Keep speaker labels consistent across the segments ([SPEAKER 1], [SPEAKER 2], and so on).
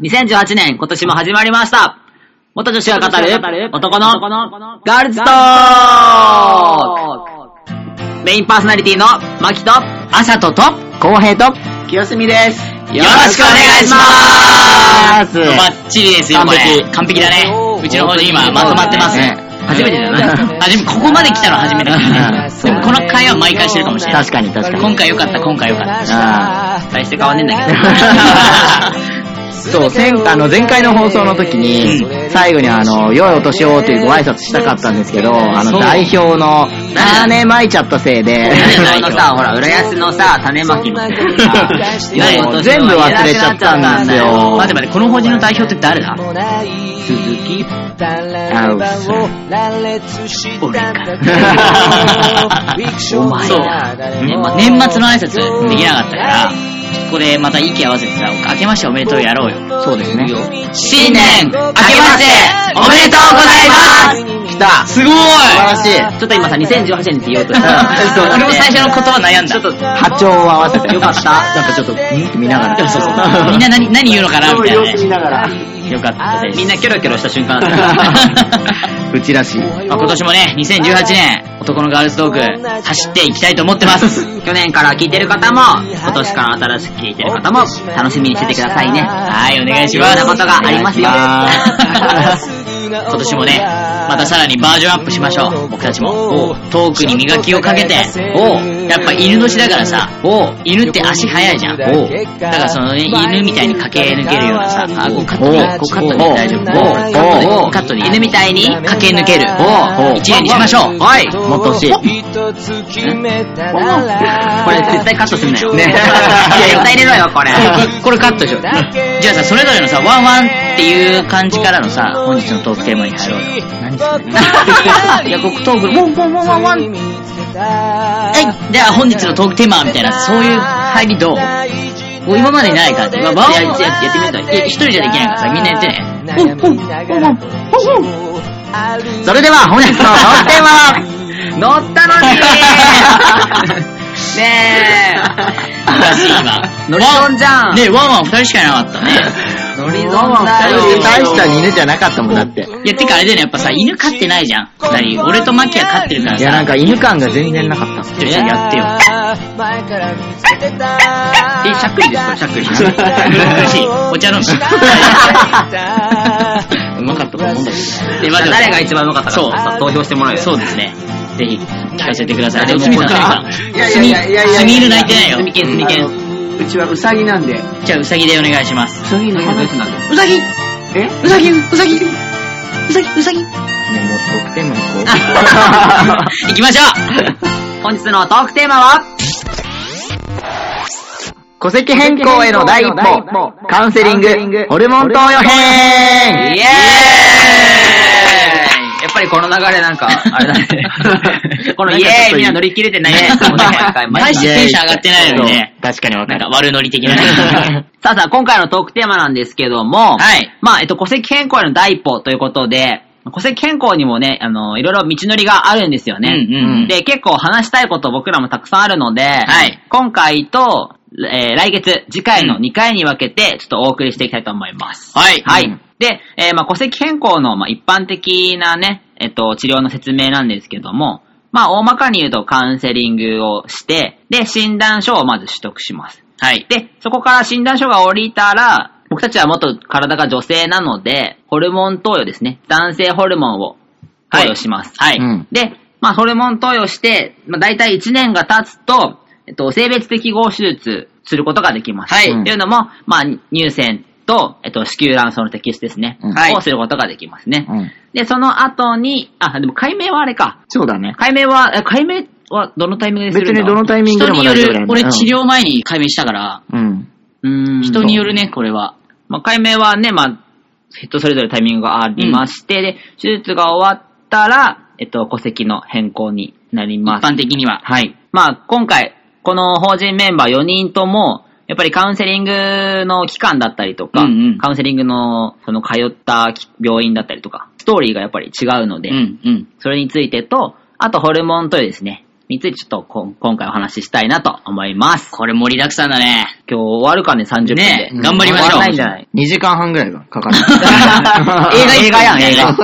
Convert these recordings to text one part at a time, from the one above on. [SPEAKER 1] 2018年、今年も始まりました。元女子が語る男のガールズトークメインパーソナリティのマキと、アサトと、コウヘイと、
[SPEAKER 2] 清澄です。
[SPEAKER 1] よろしくお願いします
[SPEAKER 3] バッチリですよ、これ
[SPEAKER 1] 完璧
[SPEAKER 3] 完璧だね。うちの方で今まとまってます。
[SPEAKER 1] ね初めてだな。
[SPEAKER 3] あ、でもここまで来たの初めてだ ね。
[SPEAKER 1] うん
[SPEAKER 3] でもこの回は毎回してるかもしれない。
[SPEAKER 1] 確かに確かに
[SPEAKER 3] 今回良かった、今回良かった。
[SPEAKER 1] あ
[SPEAKER 3] 大して変わんねえんだけど。
[SPEAKER 1] そう、前あの前回の放送の時に、最後にあの、良いお年をというご挨拶したかったんですけど、あ
[SPEAKER 3] そ
[SPEAKER 1] の、
[SPEAKER 3] う
[SPEAKER 1] 代表の、種まいちゃった せいで、
[SPEAKER 3] 種 まいちゃった
[SPEAKER 1] ほら、浦安のさ、種まきのせい でさ
[SPEAKER 3] 良いお
[SPEAKER 1] もう
[SPEAKER 3] 年
[SPEAKER 1] 全
[SPEAKER 3] を
[SPEAKER 1] 部忘れちゃったんですよ。
[SPEAKER 3] 待て待て、この法人の代表って誰だ
[SPEAKER 1] 鈴木あうっす
[SPEAKER 3] 俺か。
[SPEAKER 1] お前
[SPEAKER 3] そう
[SPEAKER 1] だ。
[SPEAKER 3] ねま年末の挨拶できなかったから、ここでまた息合わせてさ、明けましておめでとうやろうよ。
[SPEAKER 1] そうですね。
[SPEAKER 3] 新年明けましておめでとうございます
[SPEAKER 1] 来た
[SPEAKER 3] すごい素
[SPEAKER 1] 晴らしい
[SPEAKER 3] ちょっと今さ、2018年って言おうと
[SPEAKER 1] した そう
[SPEAKER 3] 俺も最初の言葉悩んだ。ちょっと、
[SPEAKER 1] 波長を合わせて。
[SPEAKER 3] よかった
[SPEAKER 1] なんかちょっと、んって見ながら。
[SPEAKER 3] そうそうみんな何、何言うのかなみたいなね。
[SPEAKER 1] ながら。
[SPEAKER 3] よかったです。みんなキョロキョロした瞬間
[SPEAKER 1] うちらしい。
[SPEAKER 3] まあ今年もね、2018年、男のガールズトーク、走っていきたいと思ってます。去年から聞いてる方も、今年から新しく聞いてる方も、楽しみにしててくださいね。はい、お願いします。
[SPEAKER 1] いろんなことがありますよ
[SPEAKER 3] お願いします 今年もね、またさらにバージョンアップしましょう。僕たちも。トークに磨きをかけて、やっぱ犬年だからさ、犬って足速いじゃん。だからそのね、犬みたいに駆け抜けるようなさ、あ、こうカットで、こうカットで大丈夫。こうカットで、カットで、犬みたいに駆け抜ける。一年にしましょう。はい。
[SPEAKER 1] もっと欲しい。
[SPEAKER 3] これ絶対カットするなよ。
[SPEAKER 1] ね
[SPEAKER 3] いや、絶対入れろよ、これ。 これカットでしょ。じゃあさ、それぞれのさ、ワンワンっていう感じからのさ、本日のトークテーマに入ろうよ。何 それ いや、ここトーク、ワンワンワンワンワン。はい、じゃあ本日のトークテーマみたいな、そういう入りどうもう今までにない感じ。まあ、ワンワンややってみると。いや一人じゃできないからさ、みんなやってね。
[SPEAKER 1] それでは本日のトークテーマは乗ったのにね
[SPEAKER 3] だし、今。
[SPEAKER 1] 乗り損じゃん
[SPEAKER 3] ねワンワン二人しかいなかったね。
[SPEAKER 1] え 乗り損だよ
[SPEAKER 2] 大した
[SPEAKER 1] 犬じゃなかったもんだって
[SPEAKER 3] いや、てかあれだよね、やっぱさ、犬飼ってないじゃん。二人。俺とマキは飼ってるから
[SPEAKER 1] い
[SPEAKER 3] さ。
[SPEAKER 1] やなんか犬感が全然なかった
[SPEAKER 3] ちょっとやってよ。え、しゃっくりですかしゃっくり。しゃっ くりしい。お茶飲む。 うまかったと思うんだけど。誰が一番うまかったか投票してもらうよ。そうですね。ぜひ、聞かせてください。でも、スミさん何か。
[SPEAKER 2] いやいやいやいや
[SPEAKER 3] スミル泣いてないよ。スミケン、スミケ
[SPEAKER 2] あ
[SPEAKER 3] ン。
[SPEAKER 2] のうちはウサギなんで。
[SPEAKER 3] じゃあ、うさぎでお願いします。
[SPEAKER 2] ウサギの話なんだ。ウサギえ
[SPEAKER 3] うさぎ、うさぎ、うさぎ、うさぎ。
[SPEAKER 1] 得点も
[SPEAKER 3] 行きましょう本日のトークテーマは
[SPEAKER 1] 戸籍変更への第一歩カウンセリングホルモン投与編
[SPEAKER 3] イエーイ
[SPEAKER 1] やっぱりこの流れなんかあれだね
[SPEAKER 3] このイエーイみんな乗り切れてないね。大してテンション上がってないのにね。
[SPEAKER 1] 確かにわ
[SPEAKER 3] な
[SPEAKER 1] か
[SPEAKER 3] ん
[SPEAKER 1] る
[SPEAKER 3] か悪ノリ的な。
[SPEAKER 4] さあさあ、今回のトークテーマなんですけども、
[SPEAKER 3] はい。
[SPEAKER 4] まあ、えっと、戸籍変更への第一歩ということで、戸籍変更にもね、あの、いろいろ道のりがあるんですよ
[SPEAKER 3] うん
[SPEAKER 4] ね。
[SPEAKER 3] うんうん。
[SPEAKER 4] で、結構話したいこと僕らもたくさんあるので、
[SPEAKER 3] はい
[SPEAKER 4] 今回と、えー来月、次回
[SPEAKER 3] う
[SPEAKER 4] の
[SPEAKER 3] ん
[SPEAKER 4] 2回に分けて、ちょっとお送りしていきたいと思います。
[SPEAKER 3] はい。
[SPEAKER 4] はい。
[SPEAKER 3] うん
[SPEAKER 4] で、えーまあ、戸籍変更の、まあ、一般的なね、えっと、治療の説明なんですけども、まあ、大まかに言うとカウンセリングをして、で、診断書をまず取得します。
[SPEAKER 3] はい。
[SPEAKER 4] で、そこから診断書が降りたら、僕たちは元体が女性なので、ホルモン投与ですね。男性ホルモンを投与します。
[SPEAKER 3] はい。
[SPEAKER 1] うん
[SPEAKER 4] で、まあ、ホルモン投与して、まあ、大体1年が経つと、えっと、性別適合手術することができます。
[SPEAKER 3] はい
[SPEAKER 4] っていうのも、まあ、乳腺と、えっと、子宮卵巣の摘出ですね。
[SPEAKER 1] うん
[SPEAKER 3] はい
[SPEAKER 4] をすることができますね。
[SPEAKER 1] うん
[SPEAKER 4] で、その後に、あ、でも解明はあれか。
[SPEAKER 1] そうだね
[SPEAKER 4] 解明は、え解明はどのタイミングでする
[SPEAKER 1] 別
[SPEAKER 4] んだ
[SPEAKER 1] にどのタイミング
[SPEAKER 3] 人
[SPEAKER 1] でも
[SPEAKER 3] によ
[SPEAKER 1] 大丈夫だ
[SPEAKER 3] る
[SPEAKER 1] よ、ね
[SPEAKER 3] 俺治療前に解明したから、
[SPEAKER 1] うん
[SPEAKER 4] うん
[SPEAKER 3] 人によるね、これは。
[SPEAKER 4] まあ、解明はね、まあ、人それぞれタイミングがありまして、で、手術が終わったら、えっと、戸籍の変更になり
[SPEAKER 3] 一
[SPEAKER 4] ます。
[SPEAKER 3] 般的には。
[SPEAKER 4] はい。まあ、今回、この法人メンバー4人とも、やっぱりカウンセリングの期間だったりとか、
[SPEAKER 3] うんうん
[SPEAKER 4] カウンセリングの、その、通ったき病院だったりとか、ストーリーがやっぱり違うので、
[SPEAKER 3] うん、うん。
[SPEAKER 4] それについてと、あとホルモンとですね、についてちょっとこ今回お話ししたいなと思います。
[SPEAKER 5] これ盛りだくさんだね。
[SPEAKER 4] 今日終わるかね、30分で。
[SPEAKER 5] ね頑張りましょう
[SPEAKER 4] 終わらないんじゃない
[SPEAKER 1] 2時間半ぐらいがかかる。
[SPEAKER 4] 映画 映画やん、映 画。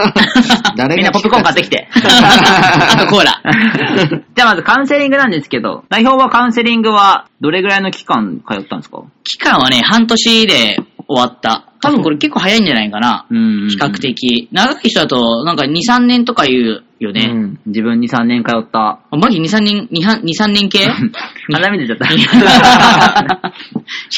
[SPEAKER 1] 誰が聞くか
[SPEAKER 4] みんなポップコーン買ってきて。
[SPEAKER 5] あとコー ラ。
[SPEAKER 4] じゃあまずカウンセリングなんですけど、代表はカウンセリングはどれぐらいの期間通ったんですか
[SPEAKER 5] 期間はね、半年で終わった。多分これ結構早いんじゃないかな。
[SPEAKER 4] うん
[SPEAKER 5] 比較。的。長い人だと、なんか2、3年とか言うよね。
[SPEAKER 1] うん
[SPEAKER 4] 自分に3年通った。
[SPEAKER 5] あマジ2、3年、2、3年 系
[SPEAKER 4] 鼻水出ちゃった。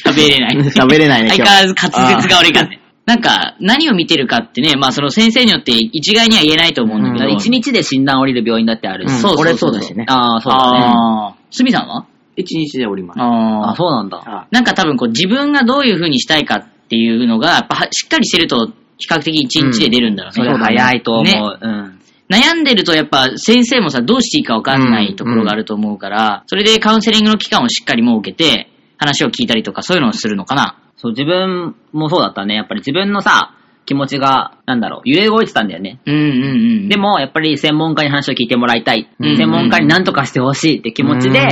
[SPEAKER 5] 喋れない。
[SPEAKER 1] 喋れないね、今
[SPEAKER 5] 相変わ
[SPEAKER 1] 日。
[SPEAKER 5] らず滑舌が悪いからね。なんか、何を見てるかってね、まあその先生によって一概には言えないと思うんだけど、
[SPEAKER 4] 1日で診断降りる病院だってあるし。
[SPEAKER 1] うん
[SPEAKER 5] そうそうそう
[SPEAKER 1] 俺そうだしね
[SPEAKER 4] ああ、そうだね。
[SPEAKER 5] ああ。すみさんは
[SPEAKER 3] 一日でおります。
[SPEAKER 5] あ
[SPEAKER 4] あそうなんだ。
[SPEAKER 3] あ
[SPEAKER 5] なんか多分こう自分がどういう風にしたいかっていうのが、やっぱはしっかりしてると比較的一日で出るんだろう
[SPEAKER 4] そ
[SPEAKER 5] ね。
[SPEAKER 4] れ早いと思う。
[SPEAKER 5] ね
[SPEAKER 4] うん。
[SPEAKER 5] 悩んでるとやっぱ先生もさ、どうしていいかわかんないところがあると思うから、それでカウンセリングの期間をしっかり設けて、話を聞いたりとかそういうのをするのかな。
[SPEAKER 4] そう、自分もそうだったね。やっぱり自分のさ、気持ちが、なんだろう、揺れ動いてたんだよね。
[SPEAKER 5] うんうんうん。
[SPEAKER 4] で、も、やっぱり専門家に話を聞いてもらいたい。
[SPEAKER 5] うん
[SPEAKER 4] 専門家に何とかしてほしいって気持ちで
[SPEAKER 1] う、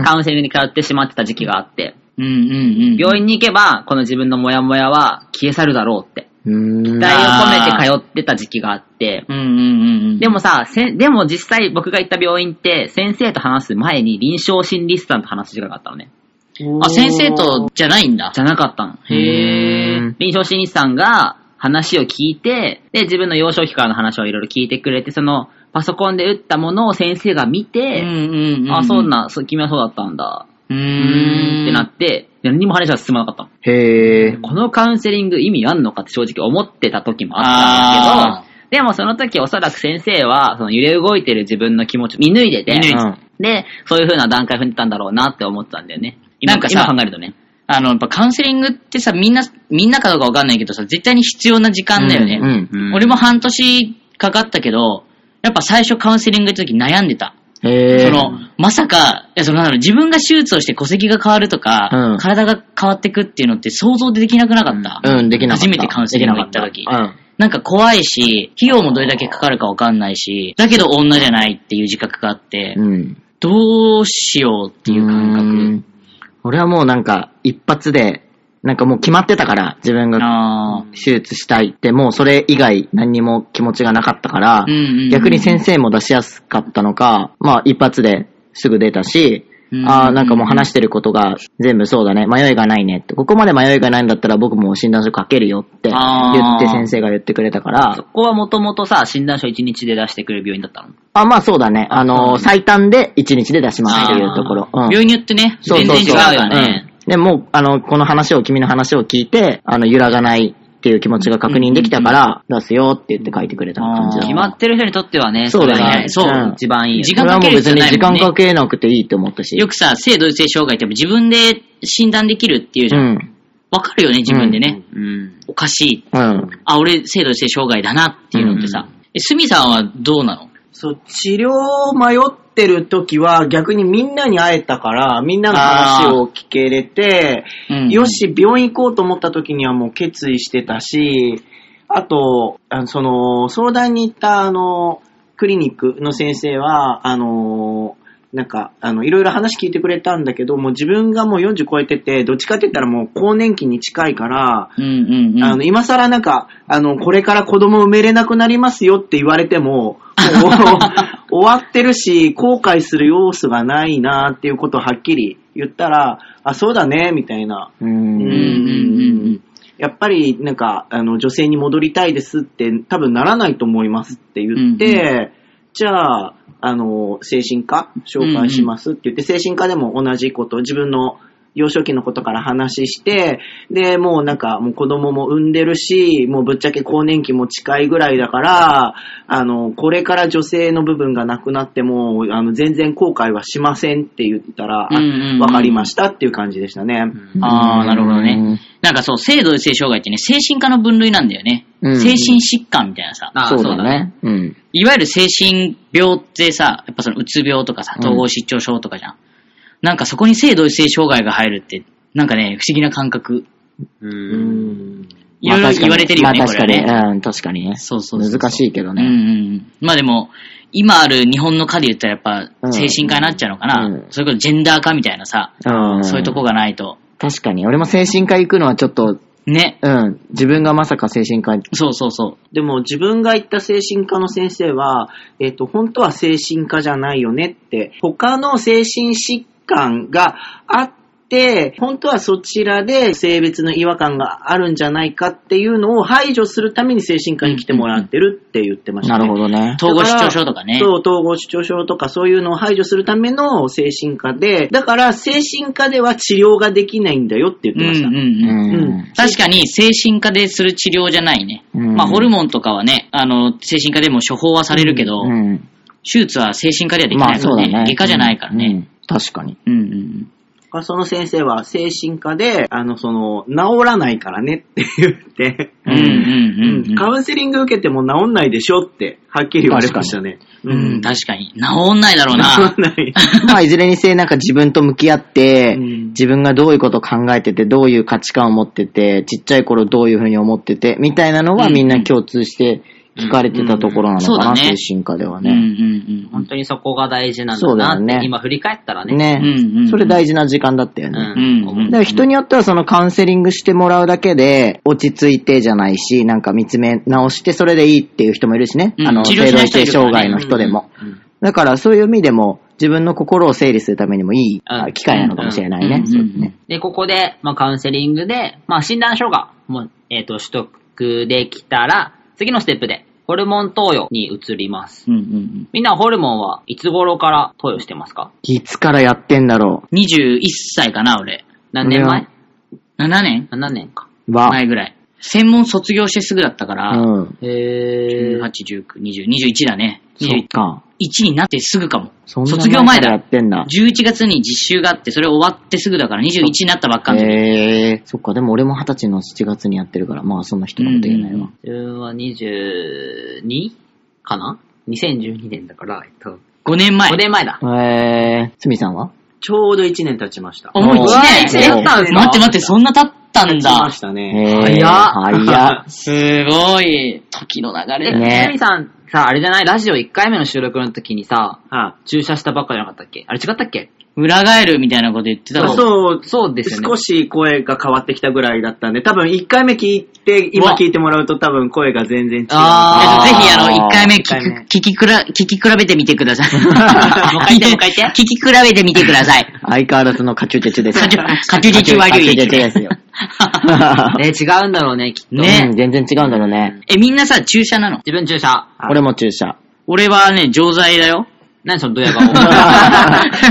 [SPEAKER 1] ん
[SPEAKER 4] カウンセリングに通ってしまってた時期があって、
[SPEAKER 5] うんうんうん。
[SPEAKER 4] 病院に行けば、この自分のモヤモヤは消え去るだろうって、
[SPEAKER 1] う
[SPEAKER 4] 期
[SPEAKER 1] ん
[SPEAKER 4] 待を込めて通ってた時期があって、
[SPEAKER 5] うんうんうんうん。
[SPEAKER 4] でもさ、せんでも実際僕が行った病院って、先生と話す前に臨床心理士さんと話す時間があったのね。
[SPEAKER 5] あ、先生とじゃないんだ
[SPEAKER 4] じ。ゃなかったの。
[SPEAKER 5] へー。
[SPEAKER 4] 臨床心理士さんが話を聞いて、で、自分の幼少期からの話をいろいろ聞いてくれて、その、パソコンで打ったものを先生が見
[SPEAKER 5] うん
[SPEAKER 4] て、
[SPEAKER 5] うんうん。
[SPEAKER 4] あ、そう。な、そう君はそうだったんだ。
[SPEAKER 5] うー
[SPEAKER 4] うーん、
[SPEAKER 5] ん。
[SPEAKER 4] ってなって、何も話は進まなかったの。
[SPEAKER 1] へえ。
[SPEAKER 4] このカウンセリング意味あんのかって正直思ってた時もあったんだ
[SPEAKER 5] あ
[SPEAKER 4] けど、でもその時おそらく先生は、その揺れ動いてる自分の気持ちを見抜いでて、
[SPEAKER 5] 見抜いて
[SPEAKER 1] うん
[SPEAKER 4] で、そういう風な段階踏んでたんだろうなって思ってたんだよね。今
[SPEAKER 5] なんかさ
[SPEAKER 4] 今考えるとね。
[SPEAKER 5] あの、やっぱカウンセリングってさ、みんな、みんなかどうかわかんないけどさ、絶対に必要な時間だよね。
[SPEAKER 1] うん
[SPEAKER 4] うん
[SPEAKER 5] 俺も半年かかったけど、やっぱ最初カウンセリング行った時悩んでた。
[SPEAKER 1] へえ。
[SPEAKER 5] その、まさか、いや、その、なんだろう自分が手術をして戸籍が変わるとか、
[SPEAKER 1] うん
[SPEAKER 5] 体が変わってくっていうのって想像できなくなかった。
[SPEAKER 1] うん、できなかった。
[SPEAKER 5] 初めてカウンセリング行った
[SPEAKER 1] で
[SPEAKER 5] 時
[SPEAKER 1] きな。かった
[SPEAKER 5] なんか怖いし、費用もどれだけかかるかわかんないし、だけど女じゃないっていう自覚があって、
[SPEAKER 1] うん。うん。
[SPEAKER 5] どうしようっていう感
[SPEAKER 1] うー
[SPEAKER 5] 覚。
[SPEAKER 1] ん俺はもうなんか、一発で、なんかもう決まってたから、自分が
[SPEAKER 5] あー
[SPEAKER 1] 手術したいって、もうそれ以外何にも気持ちがなかったから
[SPEAKER 5] うん、うんうん
[SPEAKER 1] 逆に先生も出しやすかったのか、まあ一発ですぐ出たし
[SPEAKER 5] う、ん
[SPEAKER 1] ああ、なんかもう話してることが全部そうだね、迷いがないねって、ここまで迷いがないんだったら僕も診断書書けるよって
[SPEAKER 5] あ
[SPEAKER 1] 言
[SPEAKER 5] ー
[SPEAKER 1] って先生が言ってくれたから
[SPEAKER 4] そ、こはもともとさ、診断書1日で出してくれる病院だったの
[SPEAKER 1] あ、まあそうだね、あのー、最短で1日で出しますっていうところ。うん
[SPEAKER 5] 病院によってね、
[SPEAKER 1] そう
[SPEAKER 5] 全
[SPEAKER 1] そう
[SPEAKER 5] 然
[SPEAKER 1] そう。
[SPEAKER 5] 違うよね。
[SPEAKER 1] うんで、もう、あの、この話を、君の話を聞いて、あの、揺らがないっていう気持ちが確認できたから、出すよって言って書いてくれた感じだ
[SPEAKER 5] あ
[SPEAKER 1] っ
[SPEAKER 5] ー
[SPEAKER 4] 決
[SPEAKER 1] た。
[SPEAKER 4] まってる人にとってはね、
[SPEAKER 1] そうだね
[SPEAKER 4] れが
[SPEAKER 1] そう
[SPEAKER 4] 一番いいよね
[SPEAKER 5] 時
[SPEAKER 1] こ
[SPEAKER 5] 間
[SPEAKER 1] れは
[SPEAKER 5] か
[SPEAKER 1] も
[SPEAKER 5] け
[SPEAKER 1] う
[SPEAKER 5] る
[SPEAKER 1] 別
[SPEAKER 5] 必要
[SPEAKER 1] に
[SPEAKER 5] ない
[SPEAKER 1] 時
[SPEAKER 5] も
[SPEAKER 1] 間
[SPEAKER 5] んね
[SPEAKER 1] かけなくていいと思ったし。
[SPEAKER 5] よくさ、性同一性障害って自分で診断できるっていうじ
[SPEAKER 1] う
[SPEAKER 5] ゃん。
[SPEAKER 1] ん。
[SPEAKER 5] わかるよね、自分でね。
[SPEAKER 4] うん。
[SPEAKER 5] おかしい。
[SPEAKER 1] うん。
[SPEAKER 5] あ、俺、性同一性障害だなっていうのってさ。え、すみさんはどうなの
[SPEAKER 3] そう、治療を迷ってる時は逆にみんなに会えたから、みんなの話を聞けれて、
[SPEAKER 5] うん
[SPEAKER 3] よし、病院行こうと思った時にはもう決意してたし、あと、あのその、相談に行った、あの、クリニックの先生は、あの、なんか、あの、いろいろ話聞いてくれたんだけど、もう自分がもう40超えてて、どっちかって言ったらもう更年期に近いから、
[SPEAKER 5] うんうんうん。
[SPEAKER 3] あの、今更なんか、あの、これから子供産めれなくなりますよって言われても、もう 終わってるし、後悔する要素がないなっていうことをはっきり言ったら、あ、そうだね、みたいな。
[SPEAKER 1] う。
[SPEAKER 3] うんんやっぱり、なんか、あの、女性に戻りたいですって、多分ならないと思いますって言って、じゃあ、あの、精神科紹介しますって言って、精神科でも同じこと、自分の幼少期のことから話して、で、もうなんか、もう子供も産んでるし、もうぶっちゃけ更年期も近いぐらいだから、あの、これから女性の部分がなくなっても、あの、全然後悔はしませんって言ったら、あ
[SPEAKER 5] うんうんうん
[SPEAKER 3] わかりましたっていう感じでしたね。
[SPEAKER 5] あーなるほど
[SPEAKER 1] うん
[SPEAKER 5] ね。なんかそう、性同一性障害ってね、精神科の分類なんだよね。
[SPEAKER 1] うん
[SPEAKER 5] 精神疾患みたいなさ。
[SPEAKER 4] あ
[SPEAKER 1] そうだ。ね。うん。
[SPEAKER 5] いわゆる精神病ってさ、やっぱそのうつ病とかさ、統合失調症とかじゃん。なんかそこに性同一性障害が入るって、なんかね、不思議な感覚。
[SPEAKER 4] う。
[SPEAKER 3] うんん
[SPEAKER 5] いろいろ言われてるよね、
[SPEAKER 1] まあ
[SPEAKER 5] こ
[SPEAKER 1] 確
[SPEAKER 5] れ
[SPEAKER 1] かに。
[SPEAKER 5] はね。
[SPEAKER 1] うん、確かにね。
[SPEAKER 5] そうそうそうそう
[SPEAKER 1] 難しいけど
[SPEAKER 5] うんう
[SPEAKER 1] ね。
[SPEAKER 5] んうん。まあでも、今ある日本の科で言ったらやっぱ、精神科になっちゃうのかな、
[SPEAKER 1] うん
[SPEAKER 5] それこそジェンダー科みたいなさ、
[SPEAKER 1] うん
[SPEAKER 5] そういうとこがないと。
[SPEAKER 1] 確かに。俺も精神科行くのはちょっと、
[SPEAKER 5] ね。
[SPEAKER 1] うん。自分がまさか精神科
[SPEAKER 5] そうそうそ
[SPEAKER 3] でも自分が行った精神科の先生は、えっ、と、本当は精神科じゃないよねって、他の精神疾患があって、本当はそちらで性別の違和感があるんじゃないかっていうのを排除するために精神科に来てもらってるって言ってました
[SPEAKER 1] な
[SPEAKER 3] ね。
[SPEAKER 1] るほどね
[SPEAKER 5] う。。統合失調症とかね。
[SPEAKER 3] そう、統合失調症とかそういうのを排除するための精神科で、だから精神科では治療ができないんだよって言っ
[SPEAKER 5] う
[SPEAKER 3] て
[SPEAKER 5] ん
[SPEAKER 3] ま
[SPEAKER 5] う
[SPEAKER 3] した。
[SPEAKER 5] ん
[SPEAKER 1] う
[SPEAKER 5] うん。
[SPEAKER 1] ん。
[SPEAKER 5] 確かに精神科でする治療じゃないね。
[SPEAKER 1] うん
[SPEAKER 5] まあホルモンとかはね、あの、精神科でも処方はされるけど、
[SPEAKER 1] うん。
[SPEAKER 5] 手術は精神科ではでき
[SPEAKER 1] ま
[SPEAKER 5] な
[SPEAKER 1] あ
[SPEAKER 5] い
[SPEAKER 1] そ
[SPEAKER 5] も
[SPEAKER 1] うんだ
[SPEAKER 5] ね。
[SPEAKER 1] ね。
[SPEAKER 5] 外科じゃないから
[SPEAKER 1] うんう
[SPEAKER 5] ね。
[SPEAKER 1] ん。確かに。
[SPEAKER 5] うんうんうん。
[SPEAKER 3] その先生は精神科で、あの、その、治らないからねって言って、
[SPEAKER 5] うんうんうん。
[SPEAKER 3] カウンセリング受けても治んないでしょって、はっきり言われましたね。
[SPEAKER 5] うん、確かに。治んないだろう な。
[SPEAKER 3] 治んない。
[SPEAKER 1] まあいずれにせよなんか自分と向き合って、
[SPEAKER 3] うん
[SPEAKER 1] 自分がどういうことを考えてて、どういう価値観を持ってて、ちっちゃい頃どういうふうに思ってて、みたいなのは
[SPEAKER 5] うん
[SPEAKER 1] みんな共通して聞かれてたところなの
[SPEAKER 5] うんそう
[SPEAKER 1] かな、
[SPEAKER 5] だね
[SPEAKER 1] 精神科では
[SPEAKER 5] うんう
[SPEAKER 1] ね。
[SPEAKER 5] んうん。
[SPEAKER 4] 本当にそこが大事なん
[SPEAKER 1] そうだ
[SPEAKER 4] だ
[SPEAKER 1] よ
[SPEAKER 4] な
[SPEAKER 1] ね
[SPEAKER 4] って、今振り返ったらね。
[SPEAKER 1] ね、
[SPEAKER 5] うんうん
[SPEAKER 1] それ大事な時間だったよ
[SPEAKER 4] う
[SPEAKER 1] ね。
[SPEAKER 4] ん。
[SPEAKER 5] うん
[SPEAKER 1] だから人によってはそのカウンセリングしてもらうだけで落ち着いてじゃないし、なんか見つめ直してそれでいいっていう人もいるしね。
[SPEAKER 5] うん
[SPEAKER 1] あの、
[SPEAKER 5] 治
[SPEAKER 1] 性
[SPEAKER 5] 療し
[SPEAKER 1] 同
[SPEAKER 5] ない
[SPEAKER 1] 一
[SPEAKER 5] 人い
[SPEAKER 1] 性
[SPEAKER 5] るか
[SPEAKER 1] 障
[SPEAKER 5] らね
[SPEAKER 1] 害の人でも。
[SPEAKER 4] うんうん
[SPEAKER 1] だからそういう意味でも自分の心を整理するためにもいいあ
[SPEAKER 4] うん
[SPEAKER 1] 機会なのかもしれないね。
[SPEAKER 5] うん
[SPEAKER 1] そうですね
[SPEAKER 4] で、ここで、まあ、カウンセリングで、まあ、診断書が、もう、えっ、と、取得できたら、次のステップで、ホルモン投与に移ります。
[SPEAKER 5] うんうん
[SPEAKER 4] みんなホルモンはいつ頃から投与してますか
[SPEAKER 1] いつからやってんだろ
[SPEAKER 5] うん。21歳かな、俺。
[SPEAKER 4] 何年前
[SPEAKER 1] 俺
[SPEAKER 5] 7年
[SPEAKER 4] ?7 年か。
[SPEAKER 1] う。は、
[SPEAKER 5] 前ぐらい。専門卒業してすぐだったか
[SPEAKER 1] う
[SPEAKER 5] ら、
[SPEAKER 1] ん。
[SPEAKER 4] へ
[SPEAKER 5] 18、19、20、21だね。
[SPEAKER 1] そっか。
[SPEAKER 5] 1になってすぐかも。
[SPEAKER 1] そんな
[SPEAKER 5] 卒業前
[SPEAKER 1] からや
[SPEAKER 5] だ
[SPEAKER 1] っ。てんだ。
[SPEAKER 5] 11月に実習があって、それ終わってすぐだから21になったばっかの時。
[SPEAKER 1] えー、そっか、でも俺も二十歳の7月にやってるから、まあそんな人のこと言えない
[SPEAKER 5] うんう
[SPEAKER 1] わ
[SPEAKER 5] ん。
[SPEAKER 4] 自分は 22? かな ?2012 年だから、えっと、
[SPEAKER 5] 5年前
[SPEAKER 4] 5。年前だ。
[SPEAKER 1] えー、つみさんは
[SPEAKER 3] ちょうど1年経ちました。
[SPEAKER 5] お、1
[SPEAKER 1] うわ一
[SPEAKER 5] 年
[SPEAKER 1] 年経った
[SPEAKER 4] んですか
[SPEAKER 5] 待って待って、そんな経ったん
[SPEAKER 3] 経ちま
[SPEAKER 5] だ。
[SPEAKER 3] した
[SPEAKER 1] え
[SPEAKER 3] ね。
[SPEAKER 1] ー、
[SPEAKER 4] 早っ
[SPEAKER 1] 早 っ。
[SPEAKER 5] すごい。時の流
[SPEAKER 4] え、
[SPEAKER 5] れ
[SPEAKER 1] ね
[SPEAKER 5] だ
[SPEAKER 4] ね、みさん、さ、あれじゃないラジオ1回目の収録の時にさ、
[SPEAKER 3] は
[SPEAKER 4] 注射したばっかじゃなかったっけあれ違ったっけ
[SPEAKER 5] 裏返るみたいなこと言って
[SPEAKER 3] い
[SPEAKER 5] たわ。
[SPEAKER 3] そう、
[SPEAKER 4] そうですよね
[SPEAKER 3] 少し声が変わってきたぐらいだったんで、多分1回目聞いて、今聞いてもらうと多分声が全然違う。
[SPEAKER 1] あー
[SPEAKER 5] ぜひ、あの、一回目聞
[SPEAKER 3] 一回目
[SPEAKER 5] く、聞きくら、聞き比べてみてください。
[SPEAKER 4] もう一回言ってもう一回言
[SPEAKER 5] 聞き比べてみてください。
[SPEAKER 1] 相変わらずのカチュチェチュです。
[SPEAKER 5] カチュカチュチェチュ悪い
[SPEAKER 1] カチュチェチュですよ。
[SPEAKER 4] ね、違うんだろうね、きっと。
[SPEAKER 5] ね
[SPEAKER 1] うん全然違うんだろうね。
[SPEAKER 5] え、みんなさ、注射なの
[SPEAKER 4] 自分注射。
[SPEAKER 1] 俺も注射。
[SPEAKER 5] 俺はね、錠剤だよ。
[SPEAKER 4] 何そのドヤ顔。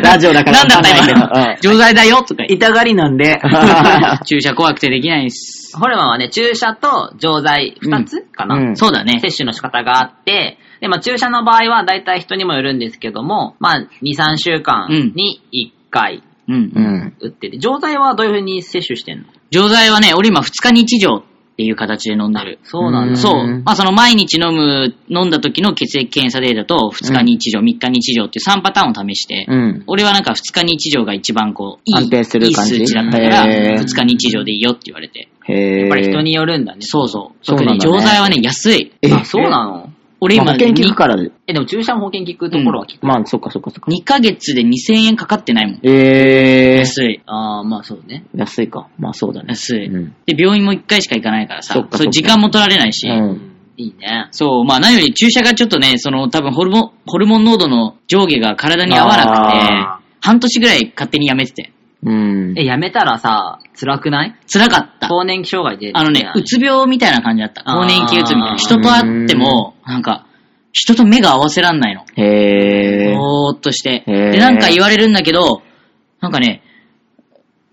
[SPEAKER 1] ラジオだから
[SPEAKER 5] なんだった
[SPEAKER 1] わかん
[SPEAKER 5] 今
[SPEAKER 1] ない
[SPEAKER 5] の錠剤だよとか言って
[SPEAKER 3] 痛がりなんで、
[SPEAKER 5] 注射怖くてできないんす。
[SPEAKER 4] ホルモンはね、注射と錠剤2つかな、
[SPEAKER 1] うんうん
[SPEAKER 5] そうだね。
[SPEAKER 4] 接種の仕方があって、で、まあ注射の場合は大体人にもよるんですけども、まあ2、3週間に1回
[SPEAKER 5] う。
[SPEAKER 1] うんん。
[SPEAKER 4] 打ってて、錠剤はどういう風に摂取してんの
[SPEAKER 5] 錠剤はね、俺今2日に1錠っていう形で飲んでる。
[SPEAKER 4] そうなん
[SPEAKER 1] うん
[SPEAKER 4] だ。
[SPEAKER 5] そう。まあその毎日飲む、飲んだ時の血液検査データと2日に1錠、3日に1錠っていう3パターンを試して、
[SPEAKER 1] うん。
[SPEAKER 5] 俺はなんか2日に1錠が一番こう、いい
[SPEAKER 1] 安定する感じ
[SPEAKER 5] いい数値だったから、
[SPEAKER 1] へー
[SPEAKER 5] 2日に1錠でいいよって言われて。
[SPEAKER 1] へえ。
[SPEAKER 4] やっぱり人によるんだね。
[SPEAKER 5] そうそう。
[SPEAKER 1] そう
[SPEAKER 5] 特
[SPEAKER 1] なんだね
[SPEAKER 5] に錠剤はね、安い。
[SPEAKER 1] え
[SPEAKER 4] あ、そうなの
[SPEAKER 5] 俺
[SPEAKER 1] まあ
[SPEAKER 5] 今
[SPEAKER 1] 保
[SPEAKER 5] ね、
[SPEAKER 1] 険
[SPEAKER 5] 2
[SPEAKER 1] 聞くから。
[SPEAKER 4] え、でも注射も保険聞くところは聞く。
[SPEAKER 1] まあ、そっかそっかそっか。
[SPEAKER 5] 2ヶ月で2000円かかってないもん。
[SPEAKER 1] えー。
[SPEAKER 5] 安い。
[SPEAKER 4] ああ、まあそうね。
[SPEAKER 1] 安いか。まあそうだね。
[SPEAKER 5] 安い。
[SPEAKER 1] うん
[SPEAKER 5] で、病院も1回しか行かないからさ、
[SPEAKER 1] そっかそ
[SPEAKER 5] そう
[SPEAKER 1] っか
[SPEAKER 5] 時間も取られないし、
[SPEAKER 1] うん。
[SPEAKER 4] いいね。
[SPEAKER 5] そう、まあ何より注射がちょっとね、その多分ホルモン、ホルモン濃度の上下が体に合わな
[SPEAKER 1] あ
[SPEAKER 5] くて、半年ぐらい勝手にやめてて。
[SPEAKER 1] うん。
[SPEAKER 4] え、やめたらさ、辛くない
[SPEAKER 5] 辛かった。
[SPEAKER 4] 更年期障害で。
[SPEAKER 5] あのね、うつ病みたいな感じだった。
[SPEAKER 4] あー
[SPEAKER 5] 更年期うつみたいな。人と会っても、なんか、人と目が合わせらんないの。
[SPEAKER 1] へえ。
[SPEAKER 5] ぼーっとして。
[SPEAKER 1] へー
[SPEAKER 5] で、なんか言われるんだけど、なんかね、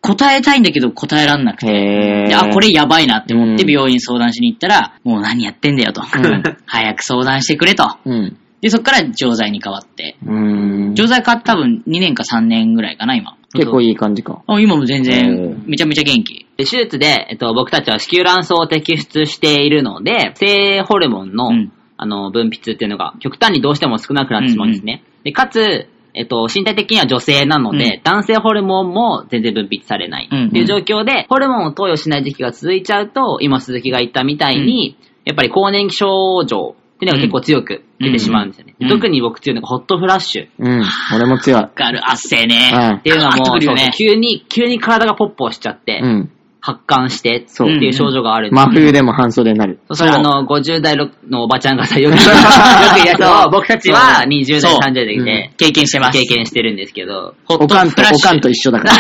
[SPEAKER 5] 答えたいんだけど答えらんなくて。
[SPEAKER 1] へえ。
[SPEAKER 5] であ、これやばいなって思って
[SPEAKER 1] うん
[SPEAKER 5] 病院相談しに行ったら、もう何やってんだよと。
[SPEAKER 1] ん
[SPEAKER 5] 早く相談してくれと。
[SPEAKER 1] うん。
[SPEAKER 5] で、そっから錠剤に変わって。
[SPEAKER 1] うん。
[SPEAKER 5] 錠剤変わって多分2年か3年ぐらいかな、今。
[SPEAKER 1] 結構いい感じか。
[SPEAKER 5] あ今も全
[SPEAKER 1] うん
[SPEAKER 5] 然、めちゃめちゃ元気。
[SPEAKER 4] で手術で、えっと、僕たちは子宮卵巣を摘出しているので、性ホルモンの、
[SPEAKER 5] うん
[SPEAKER 4] あの、分泌っていうのが、極端にどうしても少なくなってしまうんですね。で、かつ、えっと、身体的には女性なので、
[SPEAKER 5] う
[SPEAKER 4] 男性ホルモンも全然分泌されない
[SPEAKER 5] うんうん
[SPEAKER 4] っていう状況で、ホルモンを投与しない時期が続いちゃうと、今鈴木が言ったみたいに、やっぱり更年期症状っていうのが結構強く出てしまうんですよね。
[SPEAKER 5] うん
[SPEAKER 4] 特に僕強いのがホットフラッシュ。
[SPEAKER 1] うん。俺も強い。
[SPEAKER 4] がある、あっせーね
[SPEAKER 1] うん
[SPEAKER 4] って いうのは
[SPEAKER 5] ガーッ
[SPEAKER 4] も
[SPEAKER 5] とく
[SPEAKER 4] う、
[SPEAKER 5] るよね
[SPEAKER 4] そう急に、急に体がポッポしちゃって、
[SPEAKER 1] うん。
[SPEAKER 4] 発汗して、って
[SPEAKER 1] そう
[SPEAKER 4] いう症状があるんです
[SPEAKER 1] 真冬でも半袖になる。
[SPEAKER 4] そうそれあの、50代のおばちゃんがさ、よく、よくいやつ
[SPEAKER 5] そ
[SPEAKER 4] を、
[SPEAKER 5] う
[SPEAKER 4] 僕たちは
[SPEAKER 5] そう
[SPEAKER 4] 20代、
[SPEAKER 5] そう
[SPEAKER 4] 30代で
[SPEAKER 5] 経験してます。
[SPEAKER 4] 経験してるんですけど、
[SPEAKER 5] ホ
[SPEAKER 1] お
[SPEAKER 5] ット
[SPEAKER 1] かん
[SPEAKER 5] フ
[SPEAKER 1] と、
[SPEAKER 5] ラッ
[SPEAKER 1] お
[SPEAKER 5] シ
[SPEAKER 1] かんと
[SPEAKER 5] ュ。
[SPEAKER 1] 一緒だ から。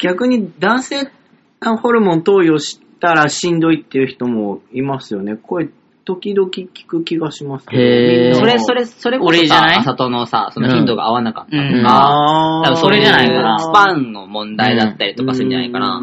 [SPEAKER 3] 逆に男性ホルモン投与したらしんどいっていう人もいますよね。これ、時々聞く気がしますけど。み
[SPEAKER 1] へー
[SPEAKER 3] ん
[SPEAKER 4] そ
[SPEAKER 3] な
[SPEAKER 4] れ、それ、それこ
[SPEAKER 5] 俺
[SPEAKER 4] そ
[SPEAKER 5] じゃない
[SPEAKER 4] さ、あさとのさ、その頻度が合わなかった
[SPEAKER 5] う
[SPEAKER 4] と
[SPEAKER 5] ん
[SPEAKER 4] か、
[SPEAKER 3] あ
[SPEAKER 4] 多分それじゃないかな。
[SPEAKER 3] ス
[SPEAKER 4] ス
[SPEAKER 3] パ
[SPEAKER 4] パ
[SPEAKER 3] ン
[SPEAKER 4] ンの問題だったりとかするんじゃないかな。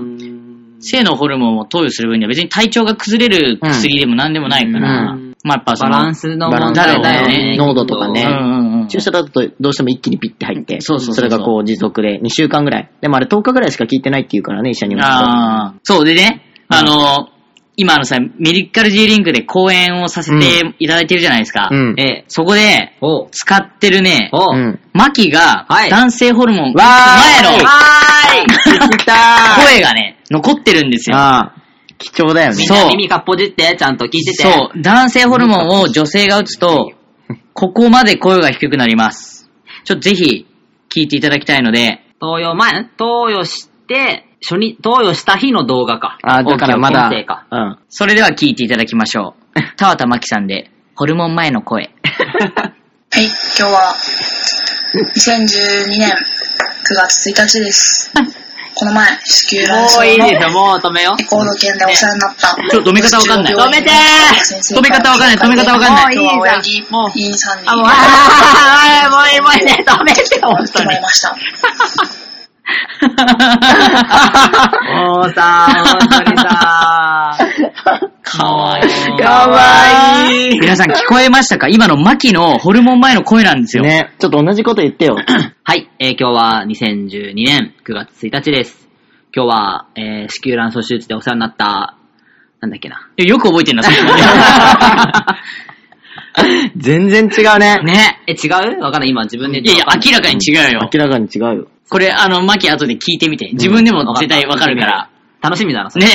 [SPEAKER 5] 性のホルモンを投与する分には別に体調が崩れる薬でも何でもないから、
[SPEAKER 1] う
[SPEAKER 5] まあやっぱそ
[SPEAKER 4] バ
[SPEAKER 5] の、
[SPEAKER 4] ランスの問題だよね。
[SPEAKER 1] バランスだろうね濃度とかね
[SPEAKER 5] うんうんうん。
[SPEAKER 1] 注射だとどうしても一気にピッて入って、
[SPEAKER 5] そうそうそうそう
[SPEAKER 1] れがこう持続で2週間ぐらい。でもあれ10日ぐらいしか効いてないっていうからね、医者にも。
[SPEAKER 5] ああ、そうでね、あの、今あのさ、メディカル G リンクで講演をさせていただいてるじゃないですか。
[SPEAKER 1] うん
[SPEAKER 5] ええそこで、
[SPEAKER 4] おう
[SPEAKER 5] 使ってるね、
[SPEAKER 4] おう
[SPEAKER 1] うん。
[SPEAKER 5] マキが
[SPEAKER 4] はい
[SPEAKER 5] 男性ホルモ
[SPEAKER 1] わー
[SPEAKER 5] ン、
[SPEAKER 1] い
[SPEAKER 5] 前の
[SPEAKER 1] わ
[SPEAKER 4] ーい聞き たい
[SPEAKER 5] 声がね、残ってるんですよ。
[SPEAKER 1] ああ、貴重だよね
[SPEAKER 4] みん。な
[SPEAKER 5] そう
[SPEAKER 4] 耳かっぽじって、ちゃんと聞いてて。
[SPEAKER 5] そう、男性ホルモンを女性が打 つと、ここまで声が低くなります。ちょっとぜひ、聞いていただきたいので、
[SPEAKER 4] 投与前、投与して、初日、投与した日の動画か。
[SPEAKER 1] ああ、だからまだ
[SPEAKER 4] 音声か。、
[SPEAKER 1] うん。
[SPEAKER 5] それでは聞いていただきましょ う。田畑真希さんで、ホルモン前の声。
[SPEAKER 6] はい、今日は2012年9月1日です。この前、子宮卵
[SPEAKER 4] もうい
[SPEAKER 6] 巣
[SPEAKER 4] い
[SPEAKER 6] の
[SPEAKER 4] ですよ、もう止めよう。
[SPEAKER 6] レコード犬でお世話になった。
[SPEAKER 5] ちょっと止め方わかんない
[SPEAKER 4] 止めて
[SPEAKER 5] 止め方わかんない止め方わかんない
[SPEAKER 6] 今日は親木
[SPEAKER 4] もう
[SPEAKER 6] 委員さんに
[SPEAKER 4] あ、もう、あーもういい、もういいね、止めて、本
[SPEAKER 6] 来てもらいました。
[SPEAKER 4] 当に。もうさ、本当にさ、
[SPEAKER 5] かわいい。
[SPEAKER 4] かわいい。
[SPEAKER 5] 皆さん聞こえましたか今のマキのホルモン前の声なんですよ。
[SPEAKER 1] ね、ちょっと同じこと言って よ。
[SPEAKER 4] はい、えー今日は2012年9月1日です。今日は、えー子宮卵巣手術でお世話になった、なんだっけな。
[SPEAKER 5] いやよく覚えてんな、そ れ
[SPEAKER 1] 全然違うね。
[SPEAKER 5] ね。
[SPEAKER 4] え、違うわかんない、今自分で
[SPEAKER 5] いやいや、明らかに
[SPEAKER 4] う。
[SPEAKER 5] 違うよ。
[SPEAKER 1] 明らかに違うよ。
[SPEAKER 5] これ、あの、マキ後で聞いてみて。自分でも絶対わかるから。。
[SPEAKER 4] 楽しみだな、それ
[SPEAKER 5] ね。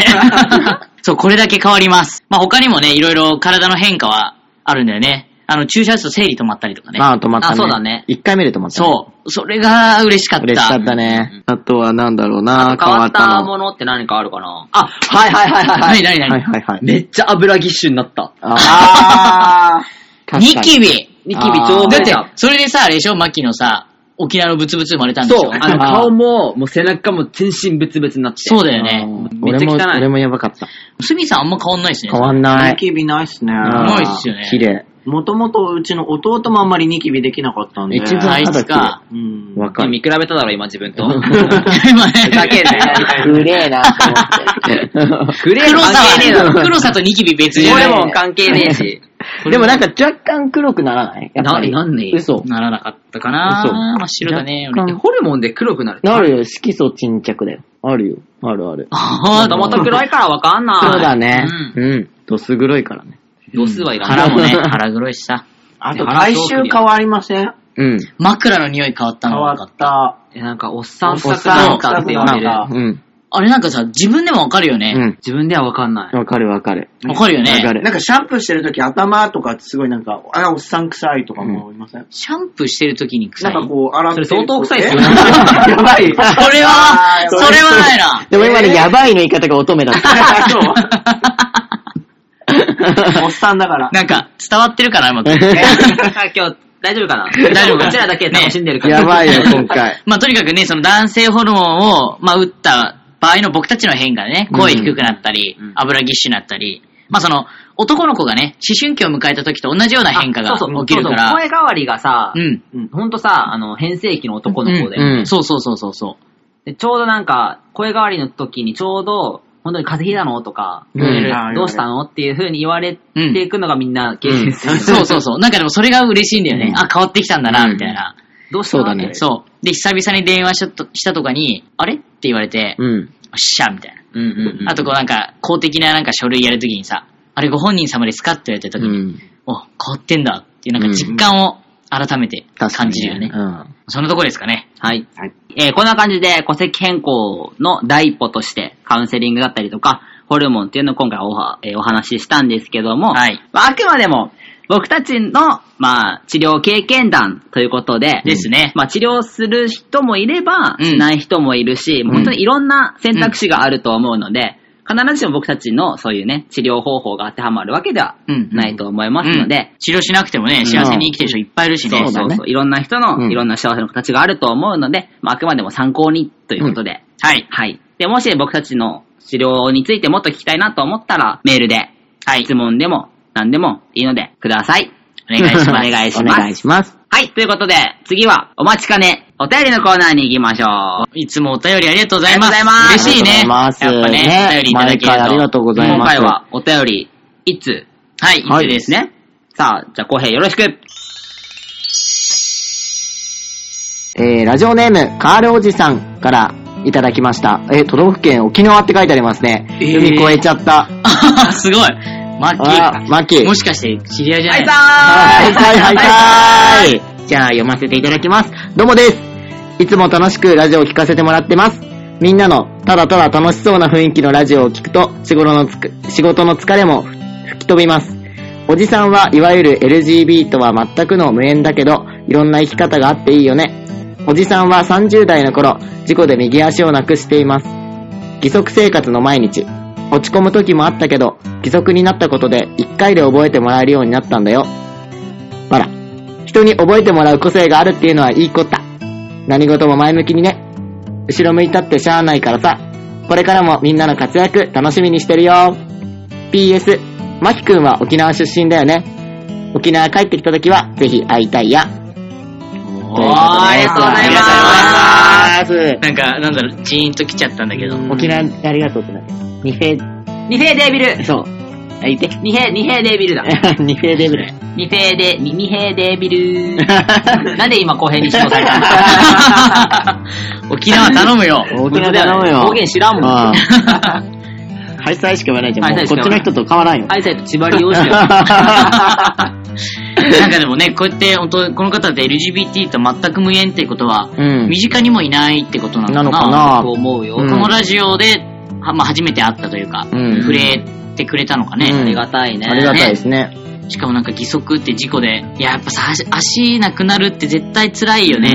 [SPEAKER 5] そう、これだけ変わります。まあ、他にもね、いろいろ体の変化はあるんだよね。あの、注射打つと生理止まったりとかね。
[SPEAKER 1] まあ、止まったね。
[SPEAKER 4] あそうだね
[SPEAKER 1] 1回目で止まったね。
[SPEAKER 5] そう。それが嬉しかった。
[SPEAKER 1] 嬉しかったね。あとはなんだろうな、
[SPEAKER 4] 変わった
[SPEAKER 1] の。
[SPEAKER 4] ものって何かあるかな
[SPEAKER 5] あ、はいはいはいはい。何何何、
[SPEAKER 1] はいはいはい。
[SPEAKER 4] めっちゃ油ぎっしゅになった。
[SPEAKER 1] あ ー
[SPEAKER 5] ニ
[SPEAKER 1] 確かに
[SPEAKER 5] キビ
[SPEAKER 4] ニキビ増
[SPEAKER 5] だ
[SPEAKER 4] 命
[SPEAKER 5] って
[SPEAKER 4] だ。、
[SPEAKER 5] それでさ、あれでしょ、マキのさ、沖縄のブツブツ生まれたんでしょ
[SPEAKER 4] そう、あの
[SPEAKER 1] あー
[SPEAKER 4] 顔も、もう背中も全身ブツブツになって。
[SPEAKER 5] そうだよ
[SPEAKER 1] う
[SPEAKER 5] ね。
[SPEAKER 1] ん
[SPEAKER 4] めっ
[SPEAKER 1] 俺
[SPEAKER 4] ちゃ
[SPEAKER 1] も、
[SPEAKER 4] 汚い
[SPEAKER 1] 俺もやばかった。
[SPEAKER 5] スミさんあんま変わんないですね。
[SPEAKER 1] 変わんな
[SPEAKER 3] ニ
[SPEAKER 1] い。
[SPEAKER 3] キビないっすね。
[SPEAKER 5] ないっすよね
[SPEAKER 1] 綺麗。
[SPEAKER 3] もともとうちの弟もあんまりニキビできなかったんで。
[SPEAKER 1] 一番
[SPEAKER 5] あい
[SPEAKER 1] 肌
[SPEAKER 5] つ
[SPEAKER 1] 綺麗
[SPEAKER 5] か。
[SPEAKER 3] うん。
[SPEAKER 1] わかる。
[SPEAKER 4] 見比べただろ、今自分と。
[SPEAKER 5] 今ね。
[SPEAKER 4] ふざけんなよ
[SPEAKER 1] 綺麗なと思 って。
[SPEAKER 4] グレー
[SPEAKER 5] 黒
[SPEAKER 4] の
[SPEAKER 5] さ
[SPEAKER 4] 関係ねえだろ
[SPEAKER 5] は、黒さとニキビ別じゃ
[SPEAKER 4] 俺
[SPEAKER 5] ない。
[SPEAKER 4] も関係ねえし。
[SPEAKER 1] でもなんか若干黒くならないやっぱり。
[SPEAKER 4] ななんねえ
[SPEAKER 1] 嘘。
[SPEAKER 5] ならなかったかな
[SPEAKER 1] 嘘
[SPEAKER 5] 真っ白だね。
[SPEAKER 1] 若
[SPEAKER 5] 俺
[SPEAKER 1] 干
[SPEAKER 4] ホルモンで黒くなる。
[SPEAKER 1] なるよ、色素沈着だよ。あるよ。あるある。
[SPEAKER 5] あ
[SPEAKER 4] もともと黒いからわかんない。
[SPEAKER 1] そうだね。
[SPEAKER 4] う
[SPEAKER 1] うん。ドス黒いからね。
[SPEAKER 4] 度数はいらない。
[SPEAKER 5] 腹もね、 腹黒いしさ。
[SPEAKER 3] あと、体臭変わりません
[SPEAKER 1] うん。
[SPEAKER 5] 枕の匂い変わった
[SPEAKER 3] 変
[SPEAKER 5] の
[SPEAKER 3] わ
[SPEAKER 5] 分か
[SPEAKER 3] っ
[SPEAKER 5] った。
[SPEAKER 3] た。
[SPEAKER 4] えなんか、おっさん臭
[SPEAKER 3] おっ
[SPEAKER 4] くな
[SPEAKER 3] さ
[SPEAKER 4] っ
[SPEAKER 3] ん
[SPEAKER 4] たって言われる。
[SPEAKER 3] なんか
[SPEAKER 1] うん。
[SPEAKER 5] あれなんかさ、自分でもわかるよ
[SPEAKER 1] う
[SPEAKER 5] ね。
[SPEAKER 1] ん。
[SPEAKER 4] 自分ではわかんない。
[SPEAKER 1] わかるわかる。
[SPEAKER 5] わかるよ
[SPEAKER 1] わか
[SPEAKER 5] ね。
[SPEAKER 1] る
[SPEAKER 3] なん。かシャンプーしてるとき頭とかすごいなんか、あ、おっさん臭いとかも思いません、
[SPEAKER 5] シャンプーしてる時に臭。
[SPEAKER 3] ないんかこう、洗ってる
[SPEAKER 4] それ相当臭いっすよ
[SPEAKER 3] えやばい。
[SPEAKER 5] それは
[SPEAKER 3] あ、ー
[SPEAKER 5] それはないな。
[SPEAKER 1] でも今のやばいの言い方が乙女だ った。
[SPEAKER 3] おっさんだから。
[SPEAKER 5] なんか、伝わってるかな、う まく。
[SPEAKER 4] なんか今日、大丈夫かな
[SPEAKER 5] 大丈夫かな
[SPEAKER 4] うちらだけ楽しんでるから。
[SPEAKER 1] やばい よ、今回。
[SPEAKER 5] まあ、とにかくね、その男性ホルモンを、まあ、打った場合の僕たちの変化でね、声低くなったり、
[SPEAKER 4] うん
[SPEAKER 5] 油ぎっしゅになったり、まあ、その、男の子がね、思春期を迎えた時と同じような変化が
[SPEAKER 4] あそうそう
[SPEAKER 5] 起きるか
[SPEAKER 4] そうそう
[SPEAKER 5] ら、
[SPEAKER 4] 声変わりがさ、
[SPEAKER 5] うん。
[SPEAKER 4] ほんとさ、あの、変声期の男の子で、
[SPEAKER 1] うん
[SPEAKER 5] そうそうそうそうそう。
[SPEAKER 4] でちょうどなんか、声変わりの時にちょうど、本当に風邪ひいたのとか、
[SPEAKER 1] うん
[SPEAKER 4] 言われる
[SPEAKER 3] あー
[SPEAKER 4] どうしたのっていう風に言われていくのがみんな経験する。
[SPEAKER 5] そうそうそう。なんかでもそれが嬉しいんだよね。
[SPEAKER 1] うん
[SPEAKER 5] あ、変わってきたんだな、
[SPEAKER 1] うん
[SPEAKER 5] みたいな。
[SPEAKER 4] どうしたの
[SPEAKER 1] そうだね
[SPEAKER 4] って
[SPEAKER 5] そう。で、久々に電話したとしたとかに、あれって言われて、よっ
[SPEAKER 1] うん。
[SPEAKER 5] しゃ、みたいな。
[SPEAKER 4] うんうんうん。
[SPEAKER 5] あとこうなんか、公的ななんか書類やるときにさ、あれご本人様ですかって言われた
[SPEAKER 1] う
[SPEAKER 5] ときに、
[SPEAKER 1] ん。
[SPEAKER 5] お、変わってんだっていうなんか実感を改めて感じるよね。
[SPEAKER 1] うん。
[SPEAKER 5] そのとこですかね。
[SPEAKER 4] はい。
[SPEAKER 3] はい
[SPEAKER 4] えーこんな感じで戸籍変更の第一歩としてカウンセリングだったりとか、ホルモンっていうのを今回おは、えーお話ししたんですけども、
[SPEAKER 5] はい
[SPEAKER 4] まあ、あくまでも僕たちの、まあ、治療経験談ということで、
[SPEAKER 5] ですね。
[SPEAKER 4] まあ、治療する人もいれば、
[SPEAKER 5] うん
[SPEAKER 4] しない人もいるし、もう本当にいろんな選択肢があると思うので、必ずしも僕たちのそういうね、治療方法が当てはまるわけでは
[SPEAKER 5] うん
[SPEAKER 4] ないと思いますので、
[SPEAKER 5] うん治療しなくてもね、幸せに生きてる人いっぱいいるしね。
[SPEAKER 4] そうそうそう。いろんな人
[SPEAKER 1] う
[SPEAKER 4] の、
[SPEAKER 1] ん
[SPEAKER 4] いろんな幸せの形があると思うので、まあ、あくまでも参考にということで。
[SPEAKER 5] はい。
[SPEAKER 4] はい。で、もし僕たちの治療についてもっと聞きたいなと思ったら、メールで、はい。質問でも、何でもいいので、ください。
[SPEAKER 5] お願い し
[SPEAKER 4] お
[SPEAKER 5] ます。
[SPEAKER 4] 願いし
[SPEAKER 1] お
[SPEAKER 4] ます。
[SPEAKER 1] 願いします。
[SPEAKER 4] はい。ということで、次は、お待ちかね、お便りのコーナーに行きましょう。
[SPEAKER 5] いつもお便りありがとうございます。
[SPEAKER 4] ありがとうございます
[SPEAKER 5] 嬉しいね。
[SPEAKER 1] ありがとうございます
[SPEAKER 5] やっぱね、お便りいただけると。
[SPEAKER 1] 毎回ありがとうござい
[SPEAKER 4] 今
[SPEAKER 1] ます
[SPEAKER 4] 回は、お便り、いつ
[SPEAKER 5] はい、
[SPEAKER 1] はい
[SPEAKER 5] いつですね。
[SPEAKER 4] ね。さあ、じゃあ、公平よろしく。
[SPEAKER 1] えー、ラジオネーム、カールおじさんからいただきました。えー、都道府県沖縄って書いてありますね。
[SPEAKER 5] えー
[SPEAKER 1] 海越えちゃった。
[SPEAKER 5] すごい。マ
[SPEAKER 1] あ
[SPEAKER 5] ッ
[SPEAKER 1] ー、マキ
[SPEAKER 5] キ
[SPEAKER 1] ー
[SPEAKER 5] ー。もしかして、知り合いじゃ
[SPEAKER 4] は、
[SPEAKER 5] ないい
[SPEAKER 4] さ
[SPEAKER 1] はい、
[SPEAKER 4] ー
[SPEAKER 1] はい、はい、はい。じゃあ読ませていただきます。どうもです。いつも楽しくラジオを聞かせてもらってます。みんなのただただ楽しそうな雰囲気のラジオを聞くと、仕事のつく、仕事の疲れも吹き飛びます。おじさんはいわゆる LGB とは全くの無縁だけど、いろんな生き方があっていいよね。おじさんは30代の頃、事故で右足をなくしています。義足生活の毎日。落ち込む時もあったけど、義足になったことで1回で覚えてもらえるようになったんだよ。あら、人に覚えてもらう個性があるっていうのはいいことだ。何事も前向きにね。後ろ向いたってしゃあないからさ。これからもみんなの活躍楽しみにしてるよ。PS、まきくんは沖縄出身だよね。沖縄帰ってきた時はぜひ会いたいや。ということでありがとうご
[SPEAKER 5] おー、ありがとうございます。
[SPEAKER 1] ざいま
[SPEAKER 5] なんか、なんだろう、ジーンと来ちゃったんだけ ど。
[SPEAKER 1] す。沖縄にありがとうってなって。二平、
[SPEAKER 4] 二平デービル
[SPEAKER 1] そう。 あ、いて。
[SPEAKER 4] 二平、二平デービルだ。
[SPEAKER 1] 二平デブレ。
[SPEAKER 4] 二平で、二二平デービルなんで今公平に指導されたの
[SPEAKER 5] 沖縄頼むよ。
[SPEAKER 1] 沖縄頼むよ。
[SPEAKER 4] 方言知らんもん。
[SPEAKER 1] ああハイサイしか言わないじゃん。も
[SPEAKER 4] ハ
[SPEAKER 1] う
[SPEAKER 4] イ
[SPEAKER 1] こ
[SPEAKER 4] サイしか
[SPEAKER 1] っちの人と変わらんよ。
[SPEAKER 4] 愛妻と千葉利用しよ
[SPEAKER 5] なんかでもね、こうやって、本当この方って LGBT と全く無縁ってことは、
[SPEAKER 1] うん
[SPEAKER 5] 身近にもいないってことな
[SPEAKER 1] な
[SPEAKER 5] のかな
[SPEAKER 1] のかな
[SPEAKER 5] と思うよ。
[SPEAKER 1] うん
[SPEAKER 5] このラジオで、はまあ、初めて会ったというか、
[SPEAKER 1] うん
[SPEAKER 5] 触れてくれたのか
[SPEAKER 1] うん
[SPEAKER 5] ね。
[SPEAKER 1] ありが
[SPEAKER 5] たいね
[SPEAKER 1] ありがたいですね。
[SPEAKER 5] しかもなんか義足って事故で、いや、やっぱさ、足足なくなるって絶対辛いよね。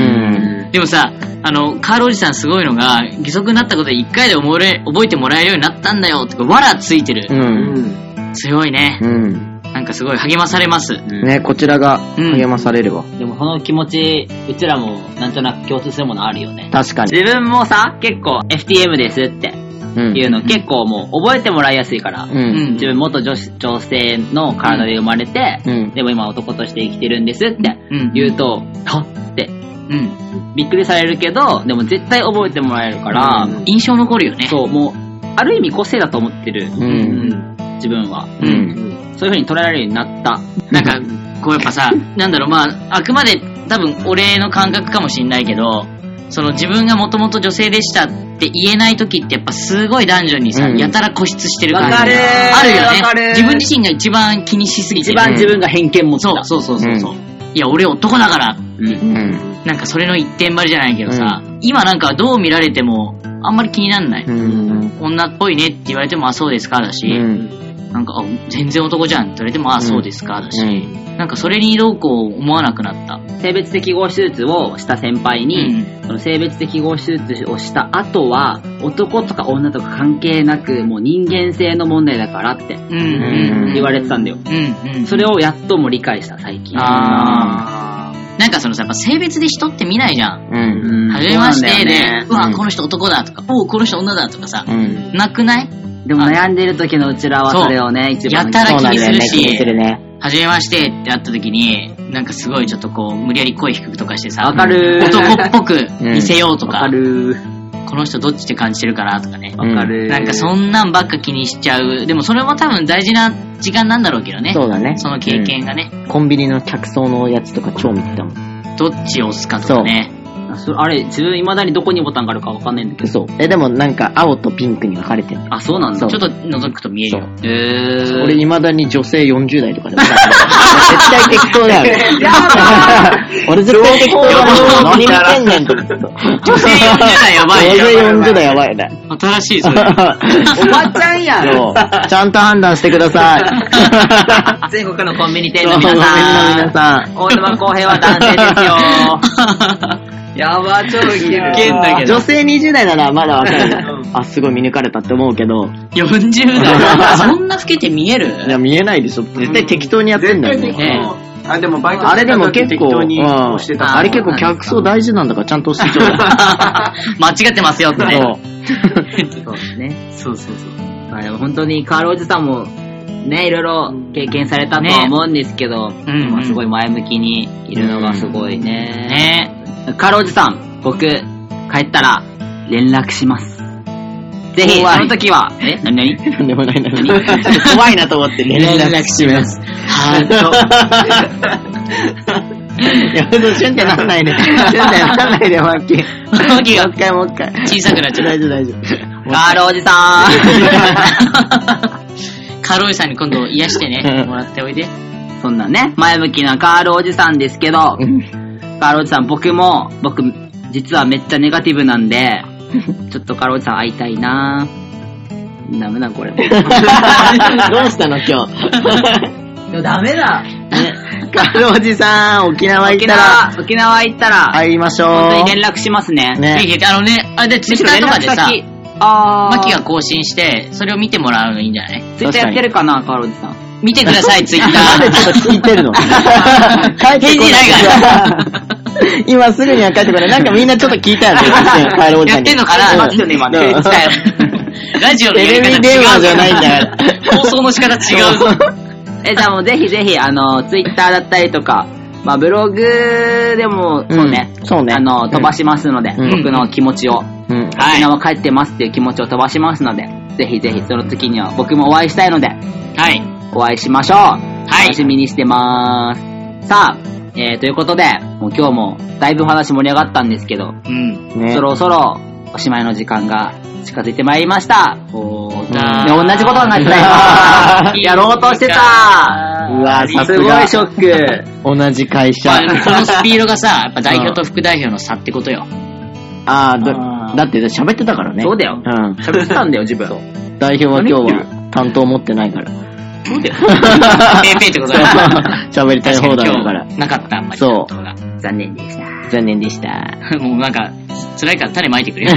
[SPEAKER 1] う
[SPEAKER 5] でもさ、あの、カールおじさんすごいのが、義足になったことで一回で覚えれ覚えてもらえるようになったんだよって、わらついてる。
[SPEAKER 1] うん。
[SPEAKER 5] 強いね。
[SPEAKER 1] うん。
[SPEAKER 5] なんかすごい励まされます。
[SPEAKER 1] ね、こちらが
[SPEAKER 5] うん
[SPEAKER 1] 励まされるわ。
[SPEAKER 4] う。でもこの気持ち、うちらもなんとなく共通するものあるよね。
[SPEAKER 1] 確かに。
[SPEAKER 4] 自分もさ、結構 FTM ですって
[SPEAKER 1] うん
[SPEAKER 4] いうの結構もう覚えてもらいやすいから。
[SPEAKER 1] う
[SPEAKER 5] うん
[SPEAKER 1] ん。
[SPEAKER 4] 自分元女子女性の体で生まれて、
[SPEAKER 1] うん
[SPEAKER 4] でも今男として生きてるんですって
[SPEAKER 5] うん
[SPEAKER 4] 言うと、はっって
[SPEAKER 5] うん。
[SPEAKER 4] びっくりされるけど、でも絶対覚えてもらえるから、
[SPEAKER 3] うん
[SPEAKER 5] 印象残るよね。
[SPEAKER 4] そう、もう、ある意味個性だと思ってる、
[SPEAKER 1] う。
[SPEAKER 3] うんん。
[SPEAKER 4] 自分は。
[SPEAKER 1] う。
[SPEAKER 3] うんん。
[SPEAKER 4] そういう風に捉えられるようになった。
[SPEAKER 5] なんか、こうやっ ぱさ、なんだろう、まあ、あくまで多分俺の感覚かもしんないけど、その自分がもともと女性でしたって言えない時ってやっぱすごい男女にさ、
[SPEAKER 1] うん
[SPEAKER 5] やたら固執してる感じ
[SPEAKER 4] わかるー
[SPEAKER 5] あるよね。
[SPEAKER 4] わかるー
[SPEAKER 5] 自分自身が一番気にしすぎて
[SPEAKER 4] 一
[SPEAKER 5] る。
[SPEAKER 4] 番自分が偏見持って
[SPEAKER 5] そう
[SPEAKER 4] た。
[SPEAKER 5] そうそうそうそう。いや、俺男だから。
[SPEAKER 4] うん
[SPEAKER 1] うん。
[SPEAKER 5] なんかそれの一点張りじゃないけどさ、今なんかどう見られてもあんまり気になんない。
[SPEAKER 1] うん。
[SPEAKER 5] 女っぽいねって言われてもあそうですかだし、
[SPEAKER 1] うん。
[SPEAKER 5] なんかあ全然男じゃんって言われてもあそうですかだし、
[SPEAKER 1] うん
[SPEAKER 5] なんかそれにどうこう思わなくなった。
[SPEAKER 4] 性別適合手術をした先輩に、その性別適合手術をした後は、男とか女とか関係なく、もう人間性の問題だからって
[SPEAKER 5] うんうんうん。
[SPEAKER 4] 言われてたんだよ。
[SPEAKER 5] うんうん。
[SPEAKER 4] それをやっともう理解した、最近。
[SPEAKER 5] あー。なんかそのさ、やっぱ性別で人って見ないじゃん。
[SPEAKER 1] うん。
[SPEAKER 5] はじめまして
[SPEAKER 4] そう
[SPEAKER 5] で、
[SPEAKER 4] なんだよね
[SPEAKER 5] うわ、
[SPEAKER 1] うん
[SPEAKER 5] この人男だとか、おう、この人女だとかさ
[SPEAKER 1] う、ん。
[SPEAKER 5] なくない
[SPEAKER 4] でも悩んでる時のうちらは
[SPEAKER 5] そう
[SPEAKER 4] それをね、一番
[SPEAKER 5] やた
[SPEAKER 1] そ
[SPEAKER 5] ら
[SPEAKER 1] うなんだよね、気
[SPEAKER 5] 気にするし
[SPEAKER 1] にするね。
[SPEAKER 5] はじめましてって会った時に、なんかすごいちょっとこう、無理やり声低くとかしてさ、
[SPEAKER 4] わかるー
[SPEAKER 5] 男っぽく見せようと
[SPEAKER 4] わ
[SPEAKER 5] か、
[SPEAKER 4] かるー。
[SPEAKER 5] この人どっちって感じてるかなとかね。
[SPEAKER 1] うん
[SPEAKER 4] わかるー。
[SPEAKER 5] なんかそんなんばっか気にしちゃう。でもそれも多分大事な時間なんだろうけどね。
[SPEAKER 1] そうだね。
[SPEAKER 5] その経験がね、
[SPEAKER 1] うん。コンビニの客層のやつとか超見てたもん。
[SPEAKER 5] どっちを押すかとかね。
[SPEAKER 4] うん
[SPEAKER 1] あ
[SPEAKER 5] そあれ、自分未だにどこにボタンがあるかわかんないんだけど。
[SPEAKER 1] そう。え、でもなんか青とピンクに分かれてる。
[SPEAKER 5] あ、そうなん
[SPEAKER 1] そ
[SPEAKER 5] だ。
[SPEAKER 1] う
[SPEAKER 5] ちょっと覗くと見えるよ。へー。
[SPEAKER 1] 俺未だに女性40代と かでも分かってる絶対適当だよね。俺絶対適当だよ。何見てんねんと思ってた。
[SPEAKER 5] 女性40代やばいよ
[SPEAKER 1] 女性40代やばいね。
[SPEAKER 5] 新しい、それ。
[SPEAKER 1] おばちゃんやん。ちゃんと判断してください。
[SPEAKER 4] 全国のコンビニ店
[SPEAKER 1] そ
[SPEAKER 4] の
[SPEAKER 1] うご
[SPEAKER 4] 皆
[SPEAKER 1] めんな
[SPEAKER 4] さん
[SPEAKER 1] 皆。さ ん。
[SPEAKER 4] 大沼公平は男性ですよ。 やば、超ウケる。
[SPEAKER 5] けんだけど
[SPEAKER 1] 女。性20代ならまだわかる。あ、すごい見抜かれたって思うけど、
[SPEAKER 5] 40代。 そんな老けて見える
[SPEAKER 1] いや見えないでしょ。絶対適当にやってんだよね。
[SPEAKER 5] ね
[SPEAKER 3] あ、でもバイト
[SPEAKER 1] あれでも結構、
[SPEAKER 3] 適当
[SPEAKER 1] う
[SPEAKER 3] に
[SPEAKER 1] ん
[SPEAKER 3] 押してた。
[SPEAKER 1] あれ結構客層大事なんだからちゃんとしてちょうだい。
[SPEAKER 5] 間違ってますよってね。
[SPEAKER 4] そうですね。
[SPEAKER 3] そうそうそう。
[SPEAKER 4] まあでも本当に、カールおじさんも、ね、いろいろ経験されたとは思うんですけど、
[SPEAKER 5] うん
[SPEAKER 4] まあすごい前向きにいるのがすごいね。ねカールおじさん、僕、帰ったら連絡します。ぜひ、
[SPEAKER 1] 怖い
[SPEAKER 4] その時は、え何 何
[SPEAKER 1] なんでもないな。怖いなと思ってね。連絡します。ハート。やめろ、シュンってなんないで。シュンってなんないで、マッキー。
[SPEAKER 5] マッキーが
[SPEAKER 1] もう一回もう一回。
[SPEAKER 5] 小さくなっちゃ
[SPEAKER 1] 大
[SPEAKER 5] う。
[SPEAKER 1] 丈夫、大丈 夫。
[SPEAKER 4] カールおじさ
[SPEAKER 5] カロイさんに今度癒してね、
[SPEAKER 1] うん
[SPEAKER 5] もらっておいで。
[SPEAKER 4] んそんなね、前向きなカールおじさんですけど、カールおじさん、僕も、僕、実はめっちゃネガティブなんで、ちょっとカールおじさん会いたいなダメだ、これ。
[SPEAKER 1] どうしたの、今日。
[SPEAKER 4] ダメだ。
[SPEAKER 1] カルおじさん、沖縄行っ
[SPEAKER 4] 沖
[SPEAKER 1] たら
[SPEAKER 4] 縄、沖縄行ったら、
[SPEAKER 1] 会いましょう。
[SPEAKER 4] 本当に連絡しますね。
[SPEAKER 1] ね
[SPEAKER 5] ぜひ、あのね、あ、で、ツイッターとかでさ、
[SPEAKER 4] 連絡先あー。
[SPEAKER 5] マキが更新して、それを見てもらうのいいんじゃない
[SPEAKER 4] ツイッターやってるかな、カールおじさん。
[SPEAKER 5] 見てください、ツイッ
[SPEAKER 1] な
[SPEAKER 5] タ
[SPEAKER 1] んでちょっ
[SPEAKER 5] ー。
[SPEAKER 1] と聞いてる の帰ってこない
[SPEAKER 5] 返
[SPEAKER 1] から。今すぐには帰ってこない。なんかみんなちょっと聞いたよね。 帰るおじさ
[SPEAKER 5] や
[SPEAKER 1] んに
[SPEAKER 5] ってんのかな
[SPEAKER 1] うん
[SPEAKER 5] マキのね、今ね。
[SPEAKER 1] うん
[SPEAKER 5] ツイッタ ーラジオのやり方違う。
[SPEAKER 1] テレビ電話じゃないんだから
[SPEAKER 5] 放送の仕方違うぞ。
[SPEAKER 4] え、じゃあもうぜひぜひ、あの、ツイッターだったりとか、まあブログでも、そうね、
[SPEAKER 1] うんそうね
[SPEAKER 4] あの、飛ばしますので、
[SPEAKER 1] うん
[SPEAKER 4] 僕の気持ちを、
[SPEAKER 1] うん
[SPEAKER 4] 沖縄帰ってますっていう気持ちを飛ばしますので、ぜひぜひその時には僕もお会いしたいので、
[SPEAKER 5] はい。
[SPEAKER 4] お会いしましょう。
[SPEAKER 5] い
[SPEAKER 4] 楽しみにしてまーす。さあ、えー、ということで、もう今日もだいぶ話盛り上がったんですけど、
[SPEAKER 5] うん。
[SPEAKER 1] ね
[SPEAKER 4] そろそろおしまいの時間が近づいてまいりました。
[SPEAKER 5] そう
[SPEAKER 4] ね同じことになっちゃ いまやろうとしてた
[SPEAKER 1] うわさ
[SPEAKER 4] す
[SPEAKER 1] す
[SPEAKER 4] ご
[SPEAKER 1] が
[SPEAKER 4] いショッ ク。
[SPEAKER 1] 同じ会社。
[SPEAKER 5] まあ、このスピードがさ、やっぱ代表と副代表の差ってことよ。
[SPEAKER 1] あー
[SPEAKER 3] あ
[SPEAKER 1] だ、
[SPEAKER 3] ー
[SPEAKER 1] だって喋ってたからね。
[SPEAKER 4] そうだよ
[SPEAKER 1] うん。
[SPEAKER 4] 喋ってたんだよ、自分。
[SPEAKER 1] 代表は今日は担当持ってないから。
[SPEAKER 5] そうだよ。ペーペーってこ とだよ。
[SPEAKER 1] 喋りたい放題だから
[SPEAKER 5] 今。日なかった、あんまり。
[SPEAKER 1] そう
[SPEAKER 5] 動画
[SPEAKER 4] 残念でした。
[SPEAKER 1] 残念でした。
[SPEAKER 5] もうなんか、辛いから種まいてくれ よ。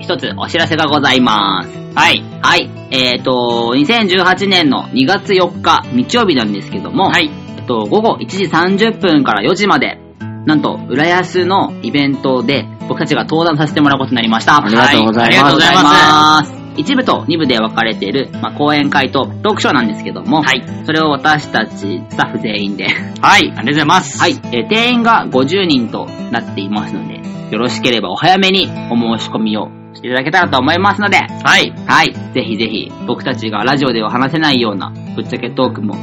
[SPEAKER 4] 一つお知らせがございます。はい。はい。えっ、ー、と、2018年の2月4日、日曜日なんですけども、
[SPEAKER 5] はい。
[SPEAKER 4] えっと、午後1時30分から4時まで、なんと、浦安のイベントで、僕たちが登壇させてもらうことになりました。
[SPEAKER 1] ありがとうございます
[SPEAKER 5] はありがとうござい
[SPEAKER 4] あ
[SPEAKER 5] ま
[SPEAKER 4] りがとうございます。一部と二部で分かれている、まあ、講演会とトークショーなんですけども、
[SPEAKER 5] はい
[SPEAKER 4] それを私たちスタッフ全員で、
[SPEAKER 5] す。はい。ありがとうございます。
[SPEAKER 4] はい、えー定員が50人となっていますので、よろしければお早めにお申し込みをしていただけたらと思いますので、
[SPEAKER 5] はい。
[SPEAKER 4] はい、ぜひぜひ僕たちがラジオでは話せないようなぶっちゃけトークも、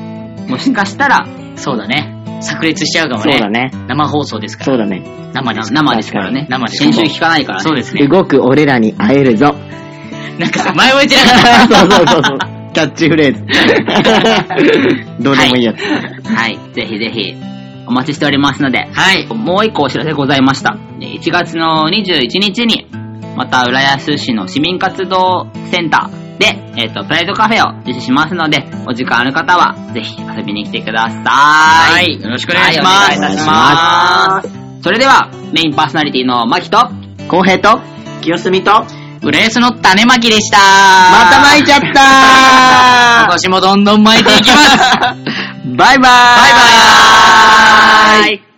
[SPEAKER 4] もしかしたら、
[SPEAKER 5] そうだね。炸裂しちゃうかも
[SPEAKER 1] そう
[SPEAKER 5] ね。
[SPEAKER 1] だね。
[SPEAKER 5] 生放送ですか
[SPEAKER 1] そう
[SPEAKER 5] ら。
[SPEAKER 1] だね。
[SPEAKER 5] 生ですから。
[SPEAKER 4] 生ですからね。
[SPEAKER 5] 生です
[SPEAKER 4] 先週聞かないから
[SPEAKER 5] そう
[SPEAKER 4] ね。
[SPEAKER 5] ですね。
[SPEAKER 1] 動く俺らに会えるぞ。
[SPEAKER 5] なんか、前置いて な
[SPEAKER 1] そう
[SPEAKER 5] か
[SPEAKER 1] そ
[SPEAKER 5] っ
[SPEAKER 1] うそうそう。キャッチフレーズ。どうでもいいやつ。
[SPEAKER 4] はい、ぜひぜひお待ちしておりますので、
[SPEAKER 5] た。はい。
[SPEAKER 4] もう一個お知らせございました。えー1月の21日に、また浦安市の市民活動センターで、えっ、と、プライドカフェを実施しますので、お時間ある方は、ぜひ遊びに来てください。は
[SPEAKER 5] はい。よろしくお願いします。
[SPEAKER 4] お願いいたします。それでは、メインパーソナリティのマキと、ま
[SPEAKER 1] 公平と、
[SPEAKER 3] 清澄と、
[SPEAKER 5] 浦安の種まきでした。
[SPEAKER 1] た巻いちゃ った
[SPEAKER 5] 今年もどんどん巻いていきます。
[SPEAKER 1] バイバイバイ
[SPEAKER 5] バイバーイ